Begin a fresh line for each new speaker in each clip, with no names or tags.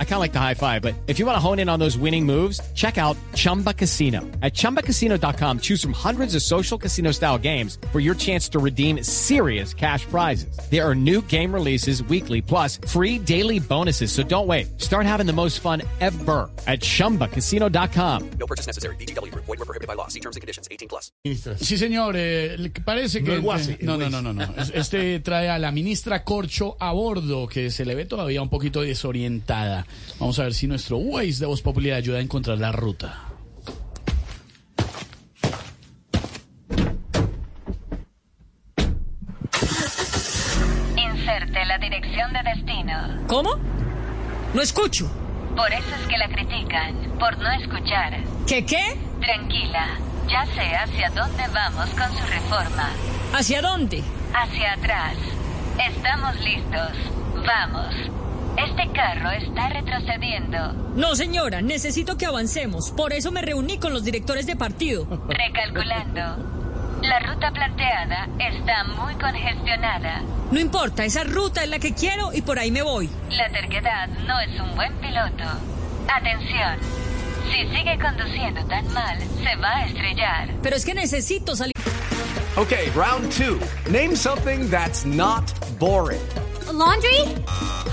I kind of like the high five, but if you want to hone in on those winning moves, check out Chumba Casino. At chumbacasino.com, choose from hundreds of social casino style games for your chance to redeem serious cash prizes. There are new game releases weekly, plus free daily bonuses. So don't wait. Start having the most fun ever at chumbacasino.com.
No purchase necessary. BGW. Void were prohibited by law. See terms and conditions. 18 plus.
Sí, señor. eh, le- parece que...
es Guasi, es
no, no,
Guasi.
no, no, no. Es- Este trae a la ministra Corcho a bordo, que se le ve todavía un poquito desorientada. Vamos a ver si nuestro Waze de Voz Popular ayuda a encontrar la ruta.
Inserte la dirección de destino.
¿Cómo? No escucho.
Por eso es que la critican, por no escuchar.
¿Qué qué?
Tranquila, ya sé hacia dónde vamos con su reforma.
¿Hacia dónde?
Hacia atrás. Estamos listos. Vamos. Este carro está retrocediendo.
No, señora, necesito que avancemos. Por eso me reuní con los directores de partido.
Recalculando. La ruta planteada está muy congestionada.
No importa, esa ruta es la que quiero y por ahí me voy.
La terquedad no es un buen piloto. Atención. Si sigue conduciendo tan mal, se va a estrellar.
Pero es que necesito salir.
Okay, round two. Name something that's not boring.
A laundry?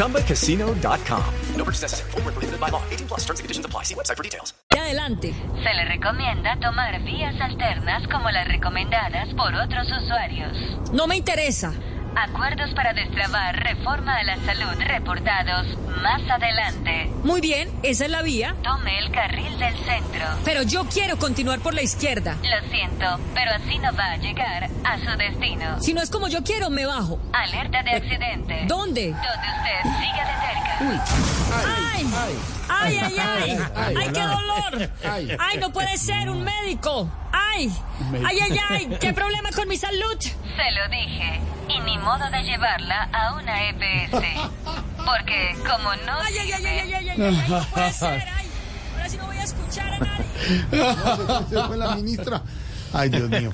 ChumbaCasino.com.
No purchase necessary. Void were prohibited by law. 18 plus. Terms and conditions apply. See website for details.
De adelante.
Se le recomienda tomar vías alternas como las recomendadas por otros usuarios.
No me interesa.
Acuerdos para destrabar reforma a la salud reportados más adelante.
Muy bien, esa es la vía.
Tome el carril del centro.
Pero yo quiero continuar por la izquierda.
Lo siento, pero así no va a llegar a su destino.
Si no es como yo quiero, me bajo.
Alerta de accidente.
¿Dónde?
Donde usted sigue de cerca.
¡Ay! ¡Ay, ay, ay!
Ay,
¡Ay, qué
ay.
dolor!
Ay.
¡Ay, no puede ser un médico! ¡Ay! ¡Ay, ay, ay! ¡Qué problema con mi salud!
Se lo dije. Y ni modo de llevarla a una EPS. Porque como no...
¡Ay, ay, ay, ay, ay,
sirve-
ay! ay, ay, ¡No puede ser! ¡Ay! Ahora sí no voy a escuchar a nadie.
Se fue la ministra. Ay, Dios mío.